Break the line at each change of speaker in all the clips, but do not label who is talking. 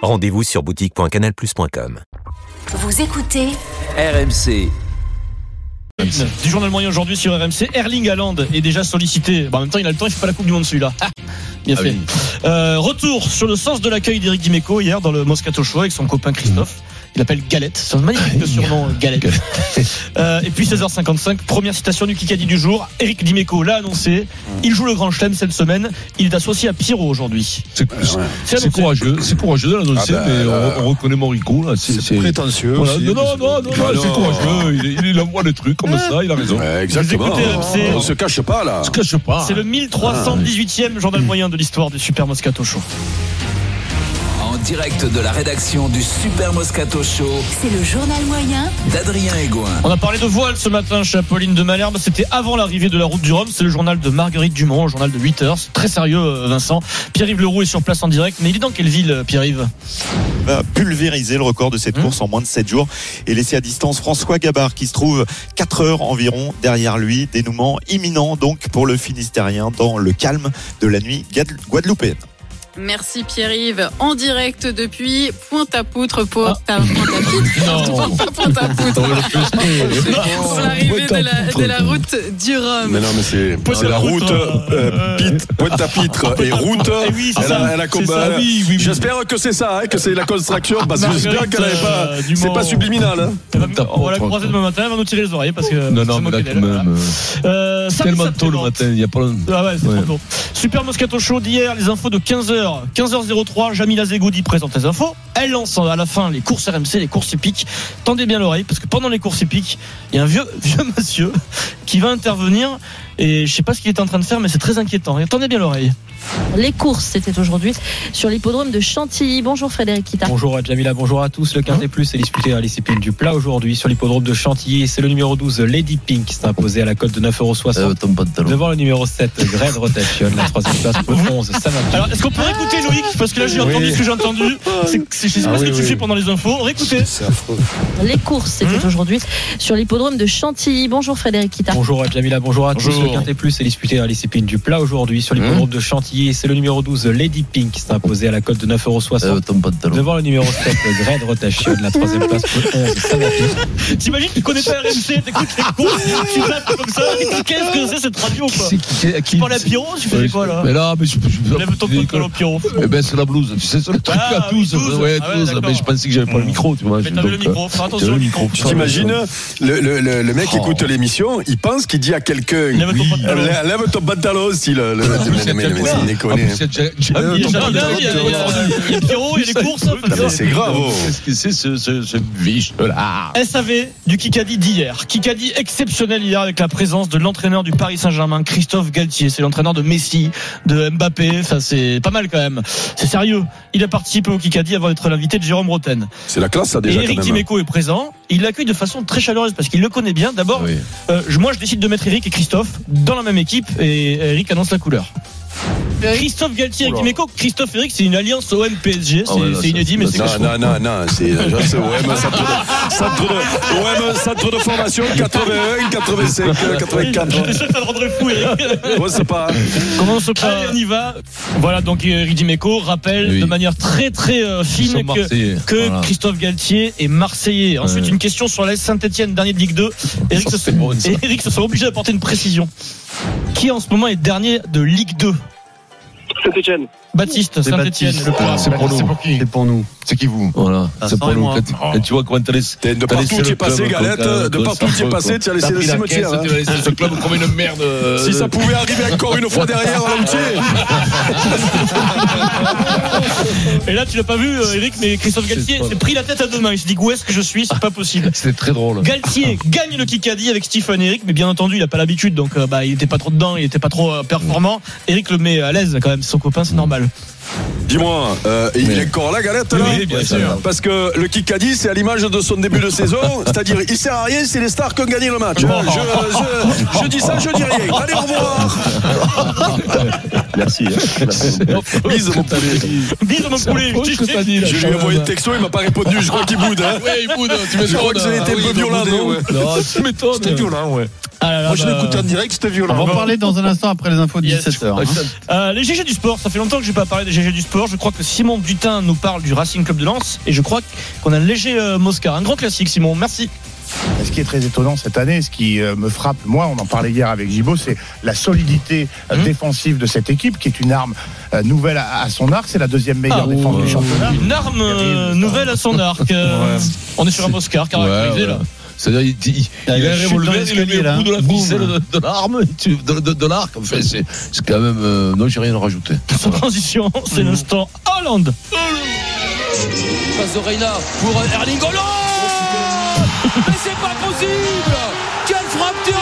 Rendez-vous sur boutique.canalplus.com.
Vous écoutez
RMC.
Du journal moyen aujourd'hui sur RMC, Erling Haaland est déjà sollicité. Bon, en même temps, il a le temps, il fait pas la Coupe du Monde celui-là. Ah, bien
Ah
fait.
oui.
Euh, retour sur le sens de l'accueil d'Éric Dimeco hier dans le Moscato Show avec son copain Christophe. Il l'appelle Galette. C'est un magnifique surnom, Galette. Euh, et puis 16h55, première citation du Kikadi du jour. Éric Dimeco l'a annoncé. Il joue le Grand Chelem cette semaine. Il est associé à Pierrot aujourd'hui.
C'est c'est
annoncé.
courageux, c'est courageux de l'annoncer,
Ah
mais
ben,
on-
là.
on, reconnaît Morico. là, C'est c'est-
prétentieux.
Voilà,
aussi, hein,
non, non,
mais
non, non, non, c'est courageux. Il, il envoie des trucs comme ça, il a raison.
Bah Ouais, exactement. Ah,
Vous écoutez RMC.
On se cache pas là.
Je cache pas.
C'est le 1318e journal moyen de l'histoire du Super Moscato Show.
En direct de la rédaction du Super Moscato Show
C'est le journal moyen
d'Adrien Egoin.
On a parlé de voile ce matin chez Apolline de Malherbe. C'était avant l'arrivée de la route du Rhum. C'est le journal de Marguerite Dumont, le journal de 8 heures. C'est très sérieux, euh, Vincent. Pierre-Yves Leroux est sur place en direct. Mais il est dans quelle ville, euh, Pierre-Yves
va pulvériser le record de cette
Mmh.
course en moins de 7 jours et laisser à distance François Gabard qui se trouve 4 heures environ derrière lui. Dénouement imminent donc pour le Finistérien dans le calme de la nuit guad- guadeloupéenne.
Merci Pierre-Yves. En direct depuis Pointe-à-Poutre pour
Ah. Oh.
ta- Pointe-à-Pitre.
Non.
Pas Pointe-à-Poutre. Pour l'arrivée de la, de la route du Rhum.
Mais non, mais c'est
Pointe
c'est
à
la
Poutre,
route
euh,
euh, Pit- Pointe à Pitre et route.
Eh oui, c'est
elle
ça.
a- elle a
C'est
combat-
ça, oui, oui, oui.
J'espère que c'est ça, hein, que c'est la construction, parce que
Marguerite,
j'espère qu'elle avait pas.
euh, Dumont.
C'est pas subliminal. hein.
Elle va-
Putain,
On va la
oh,
croiser demain matin. Elle va nous tirer les oreilles parce que.
Non,
c'est
non, mais là, quand
moqué d'elle. Voilà.
même. euh,
Euh, samedi,
Tellement
samedi,
tôt le
Nantes.
matin, il n'y a pas longtemps.
Ah ouais, c'est
Ouais.
trop tôt. Super Moscato Show d'hier, les infos de 15h. 15h03, Jamila Zegoudi présente les infos. Elle lance à la fin les courses RMC, les courses épiques. Tendez bien l'oreille, parce que pendant les courses épiques, il y a un vieux, vieux monsieur qui va intervenir. Et je sais pas ce qu'il est en train de faire, mais c'est très inquiétant. Et tendez bien l'oreille.
Les courses, c'était aujourd'hui sur l'hippodrome de Chantilly. Bonjour Frédéric Kita.
Bonjour à Jamila, bonjour à tous. Le Quintet Plus est disputé à l'ICP du plat aujourd'hui sur l'hippodrome de Chantilly. C'est le numéro 12, Lady Pink, qui s'est imposé à la cote de 9,60€. Devant le numéro 7, Greg Rotation. La troisième place pour le 11, Samaki.
Alors, est-ce qu'on peut réécouter Loïc Parce que là, j'ai
Oui.
entendu ce que j'ai entendu. C'est- c'est- Je sais pas
Ah
ce que
oui,
tu
oui.
fais pendant les infos. Réécoutez.
C'est affreux.
Les courses, c'était aujourd'hui sur l'hippodrome de Chantilly. Bonjour Frédéric Kita.
Bonjour à Jamila, bonjour à tous.
Bonjour.
Le Quintet Plus est disputé à l'ICP du plat aujourd'hui sur l'hippodrome de Chantilly. C'est le numéro 12, Lady Pink, qui s'est imposé à la cote de
Euh,
9,60€. Devant le numéro 7, Greg Rotation. La troisième place pour le 11, Samaki.
T'imagines, tu connais pas RMC, t'écoutes les courses, tu tapes comme ça. et tu- Qu'est-ce que c'est cette radio,
Qui
quoi
c'est qui- qui- qui-
Tu parles à Pierrot, tu faisais quoi, là
Mais là, mais je, je- je-
Lève ton
je-
protocole au Pierrot.
Eh ben, c'est la blouse. Tu sais, c'est le truc
Ah,
à
oui,
12.
douze.
Ouais,
Ah ouais,
12. mais
d'accord.
je pensais que j'avais pas le micro, tu vois.
Mais t'avais
donc, euh,
le micro, fais
j'avais
attention au micro.
putain,
Tu t'imagines le, le, le, le mec qui
Oh.
écoute l'émission, il pense qu'il dit à quelqu'un
Lève ton
oui,
pantalon.
lè- Lève ton pantalon, si le. le-
En plus, il y
mais-
a
mais- mais
Jacques
c'est
Brel.
une
En
déconner.
plus, il y a Jacques- Jacques-
Euh,
Il y a
non,
Jardin,
mais-
il y a- il y a- il y a Pierrot, il y a les courses. hein,
Non, mais c'est grave. oh.
Qu'est-ce que c'est ce, ce, ce biche là
SAV du Kikadi d'hier. Kikadi exceptionnel hier avec la présence de l'entraîneur du Paris Saint-Germain, Christophe Galtier. C'est l'entraîneur de Messi, de Mbappé. Enfin, c'est pas mal quand même. C'est sérieux. Il a participé au Kikadi avant d'être l'invité de Jérôme Roten.
C'est la classe, ça,
Et
déjà.
Eric
quand même.
Dimeco est présent. Il l'accueille de façon très chaleureuse parce qu'il le connaît bien. D'abord,
Oui.
euh, je- moi, je décide de mettre Eric et Christophe dans la même équipe et Eric annonce la couleur. Christophe Galtier, Eric
Oula.
Dimeco. Christophe Eric, c'est une alliance OM-PSG. C'est
Ah ouais, là,
c'est
ça,
inédit, mais c'est quelque
Non,
chose.
non, non, non, c'est euh, je sais, OM, centre de, centre de, OM, centre de formation, 81, 85, euh, 84.
J'étais sûr que ça le rendrait fou, Eric.
Ouais, c'est pas.
Comment on se passe Allez, on y va. Voilà, donc Eric Dimeco rappelle
Oui.
de manière très très euh,
Ils sont
fine que,
marseillais.
que
Voilà.
Christophe Galtier est Marseillais. Ensuite,
Ouais.
une question sur la Saint-Etienne, dernier de Ligue 2. Eric
Ça,
se,
c'est bon, ça.
Eric se sent obligé d'apporter une précision. Qui en ce moment est dernier de Ligue 2
Saint-Etienne.
Baptiste, Saint-Etienne, le Ah,
Ah, c'est pour nous.
C'est pour nous. C'est qui vous
Voilà, c'est pour
et
nous.
moi.
Quand tu- Quand tu vois comment t'as laissé.
T'es- De
T'as
partout
laissé
où tu
le
es passé,
club,
Galette,
quoi,
de
quoi,
partout où tu es
affreux,
passé,
quoi.
tu as laissé
T'as
le
pris la
cimetière.
caisse,
hein.
tu as laissé ce club comme une merde. euh,
Si ça pouvait arriver encore une fois derrière, on le tue.
Et là, tu l'as pas vu, euh, Eric, mais Christophe
C'est
Galtier
pas-
s'est pris la tête à deux mains. Il se dit, où est-ce que je suis C'est pas possible.
C'était très drôle.
Galtier gagne le Kikadi avec Stephen Eric, mais bien entendu, il n'a pas l'habitude, donc euh, bah, il n'était pas trop dedans, il n'était pas trop euh, performant. Eric le met à l'aise quand même. son copain, c'est normal.
Dis-moi, euh, il est encore là, Galette là
Oui, bien sûr.
Parce que le Kikadi, c'est à l'image de son début de saison, c'est-à-dire il sert à rien, c'est les stars qui ont gagné le match. Je, je- je- je dis ça, je dis rien. Allez, au revoir
Merci.
Oh,
Bise, mon poulet.
Bise, mon poulet.
Qu'est-ce que t'as dit là
Je lui ai envoyé le texto, il m'a pas répondu, je crois qu'il boude. hein.
Ouais, il boude, tu m'étonnes.
Je crois que j'ai été
Ah
un
oui,
peu
il doit
violent,
bouder,
non
ouais.
Non, tu m'étonnes.
C'était violent, ouais.
Ah là là,
Moi, je
bah,
l'écoute en direct, c'était
On
Ah,
va
violent.
en parler dans un instant après les infos de
Yes.
17h.
Euh, les GG du sport, ça fait longtemps que j'ai pas parlé des GG du sport. Je crois que Simon Dutin nous parle du Racing Club de Lens et je crois qu'on a le léger euh, Mosca. Un grand classique, Simon. Merci.
Ce qui est très étonnant cette année, ce qui euh, me frappe, moi, on en parlait hier avec Gibo, c'est la solidité euh, défensive de cette équipe, qui est une arme euh, nouvelle à, à son arc. C'est la deuxième meilleure
Ah,
défense du championnat.
Une arme euh, nouvelle à son arc. euh,
Ouais.
On est sur un Mosca caractérisé
Ouais,
là.
ouais. C'est-à-dire, il, il,
Ah,
il
il
a un
chute dans
revolver, il le met au
l'escalier, là.
bout de la
Boum.
ficelle de, de l'arme, tu- de, de- de l'arc. Enfin, c'est c'est quand même. euh, non, j'ai rien à rajouter.
Sans transition, c'est l'instant Hollande.
Passe de Reina pour euh, Erling Haaland Mais c'est pas possible Quelle frappe terrible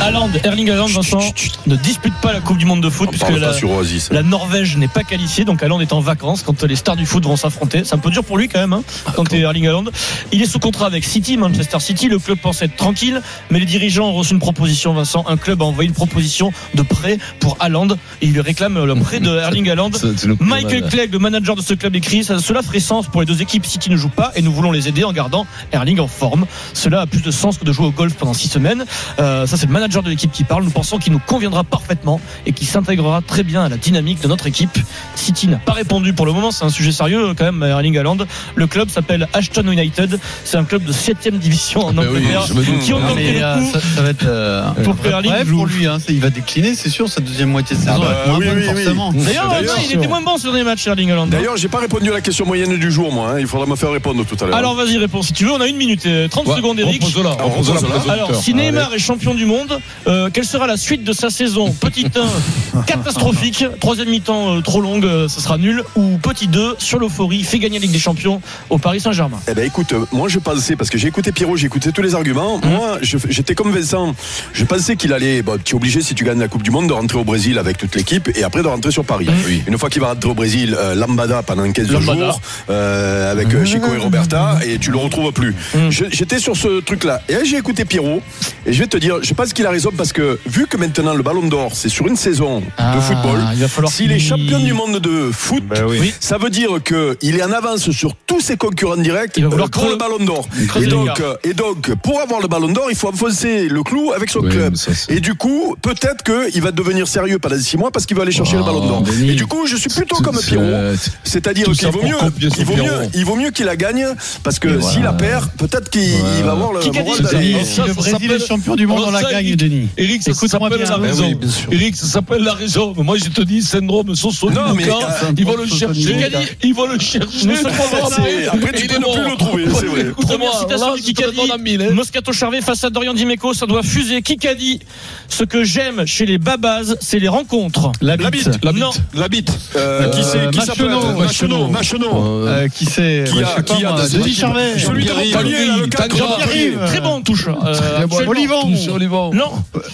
Haaland, Erling Haaland, Vincent, ne dispute pas la Coupe du Monde de foot
On
puisque
parle
la,
pas sur Oasis. hein.
la Norvège n'est pas qualifiée. Donc Haaland est en vacances quand les stars du foot vont s'affronter. C'est un peu dur pour lui quand même, hein,
Ah,
quand t'es Erling Haaland. Il est sous contrat avec City, Manchester City. Le club pense être tranquille, mais les dirigeants ont reçu une proposition, Vincent. Un club a envoyé une proposition de prêt pour Haaland et il lui réclame le prêt de Erling Haaland.
C'est- c'est le-
Michael Clegg, le manager de ce club, écrit Ça- Cela ferait sens pour les deux équipes. City ne joue pas et nous voulons les aider en gardant Erling en forme. Cela a plus de sens que de jouer au golf pendant six semaines. Euh, ça, c'est le manager de l'équipe qui parle. Nous pensons qu'il nous conviendra parfaitement et qu'il s'intégrera très bien à la dynamique de notre équipe. City n'a pas répondu pour le moment. C'est un sujet sérieux, euh, quand même, Erling Haaland. Le club s'appelle Ashton United. C'est un club de 7 division en
Ben oui,
Angleterre
je me doute.
qui ont
Non,
tenté le coup.
ça, va être
Pour que Erling joue.
pour lui. hein. C'est- Il va décliner, c'est sûr, sa deuxième moitié de saison.
bah,
va être moins
oui,
bonne,
oui, oui.
forcément.
D'ailleurs,
D'ailleurs,
non, il était moins bon ce dernier match, Erling Haaland.
D'ailleurs, j'ai pas répondu à la question moyenne du jour, moi. hein. Il faudra me faire répondre tout à l'heure.
Alors vas-y, réponds si tu veux. On a une minute, euh, 30
Ouais,
secondes, Eric.
repose-la,
Ah, repose-la,
repose-la,
repose-la.
repose-la.
Alors, si Neymar est champion du monde, euh, quelle sera la suite de sa saison Petit 1, catastrophique. Troisième mi-temps euh, trop longue, euh, ça sera nul. Ou petit 2, sur l'euphorie, fait gagner la Ligue des Champions au Paris Saint-Germain.
Eh ben écoute, euh, moi je pensais, parce que j'ai écouté Pierrot, j'ai écouté tous les arguments,
Hum.
moi je- j'étais comme Vincent, je pensais qu'il allait, bon, tu es obligé si tu gagnes la Coupe du Monde de rentrer au Brésil avec toute l'équipe et après de rentrer sur Paris.
Oui.
Une fois qu'il va rentrer au Brésil, euh, Lambada pendant 15
Hum. Lambada. Hum.
jours, euh, avec euh, Chico et Roberta, et tu le retrouves plus.
Mm.
Je- J'étais sur ce truc-là, et là, j'ai écouté Pierrot, et je vais te dire, je pense qu'il a raison parce que vu que maintenant le ballon d'or, c'est sur une saison de football,
Ah, il va falloir
s'il
qu'il-
est
Ben
champion du monde de foot,
Oui.
ça veut dire qu'il est en avance sur tous ses concurrents directs
Il va vouloir
euh, pour
creux-
le ballon d'or.
creuser
Et
l'écart.
donc, euh, et donc, pour avoir le ballon d'or, il faut enfoncer le clou avec son
Oui,
club.
mais ça, c'est-
Et du coup, peut-être qu'il va devenir sérieux pendant 6 mois parce qu'il va aller chercher
Oh,
le ballon d'or.
Denis.
Et du coup, je suis plutôt
C'est-
comme
c'est-
Pierrot.
c'est-
C'est-à-dire
tout
qu'il
ça
vaut
pour
mieux,
copier son
il vaut mieux,
Pierrot.
il vaut mieux qu'il la gagne parce
Et
que
voilà.
s'il la perd, peut-être qu'il
Ouais.
il va avoir le
Qui gagne
moral
le
d'aller-
dernier
Et
Si
ça,
le
ça
Brésil
s'appelle-
est champion du monde,
Alors
on la
ça,
gagne,
Eric-
Denis.
Eric, ça
Écoute-moi
s'appelle
bien.
la
Ben
raison.
oui, bien sûr.
Eric, ça s'appelle la raison. Mais moi, je te dis, syndrome Sosoni.
Non, mais-
Boucan,
Ah,
ils vont le
Sosoni,
chercher.
Boucan.
Ils vont le chercher.
Nous sommes
convaincus. Après, tu
Il
peux
est
ne plus
mort.
le trouver, c'est vrai.
Écoute-moi,
Première citation
là,
du
je te
Kikadi.
donne la mille, hein.
Moscato Charvet face à Dorian Dimeco, ça doit fuser. Kikadi, ce que j'aime chez les babas, c'est les rencontres.
La
La bite,
La Non,
la bite. Euh, qui c'est qui s'appelle
Machenot,
Machenot, Machenot.
Euh,
Euh, qui c'est
Qui a-
Je sais pas,
qui a
Ah,
moi,
des-
Denis Charvet.
Celui de
Jean-Pierre
Montpellier, là, le
Yves,
cadre.
Tanguy.
Jean-Pierre Yves.
très bonne touche. euh, actuellement.
Olivon.
Touche Olivon.
Non,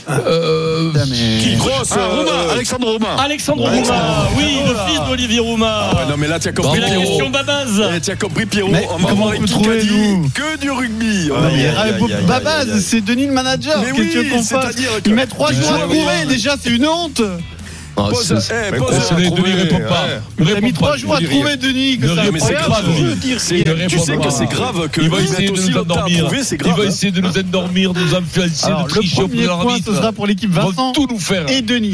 Euh,
Putain, mais-
Qui grosse
Ah,
euh,
Romain, Alexandre Romain.
Alexandre
Ouais,
Rouma, oui, le fils d'Olivier Rouma.
Ah ouais, non mais là tu as
Mais
compris
la
Ah. Bravo.
Pierrot.
question Babaz.
Eh, T'as compris Pierrot,
Mais
on va
comment
voir
on
avec
peut
qui
trouver,
qu'a dit
nous
que du rugby. Euh, On
Ah,
va
mais
voir.
Rabot- Babaz, c'est Denis le manager.
Mais
Qu'est-ce
oui,
que qu'on fasse
c'est-à-dire que-
Il met trois jours à
oui,
courir,
oui.
déjà, c'est une honte.
ah,
Pose,
c'est-
eh,
Mais
pose
pose-
à
Denis,
trouver,
réponds pas.
ouais.
Ne
Il a
réponds
mis
pas,
trois
je
jours à
dis
trouver
rien.
Denis. que
Ne
ça
rien,
Mais c'est
incroyable.
grave.
Denis.
dire, c'est-
Il ne
Tu
répond
sais que
pas.
c'est grave que
Il va
ils mettent
essayer de
aussi
nous
le temps à
endormir.
trouver, c'est
Il
grave.
va
hein.
essayer de nous endormir, de nous influencer,
Alors,
de tricher
le
au
premier
premier
point,
arbitre.
ce sera pour l'équipe
Ils vont
Vincent
tout nous faire.
et Denis.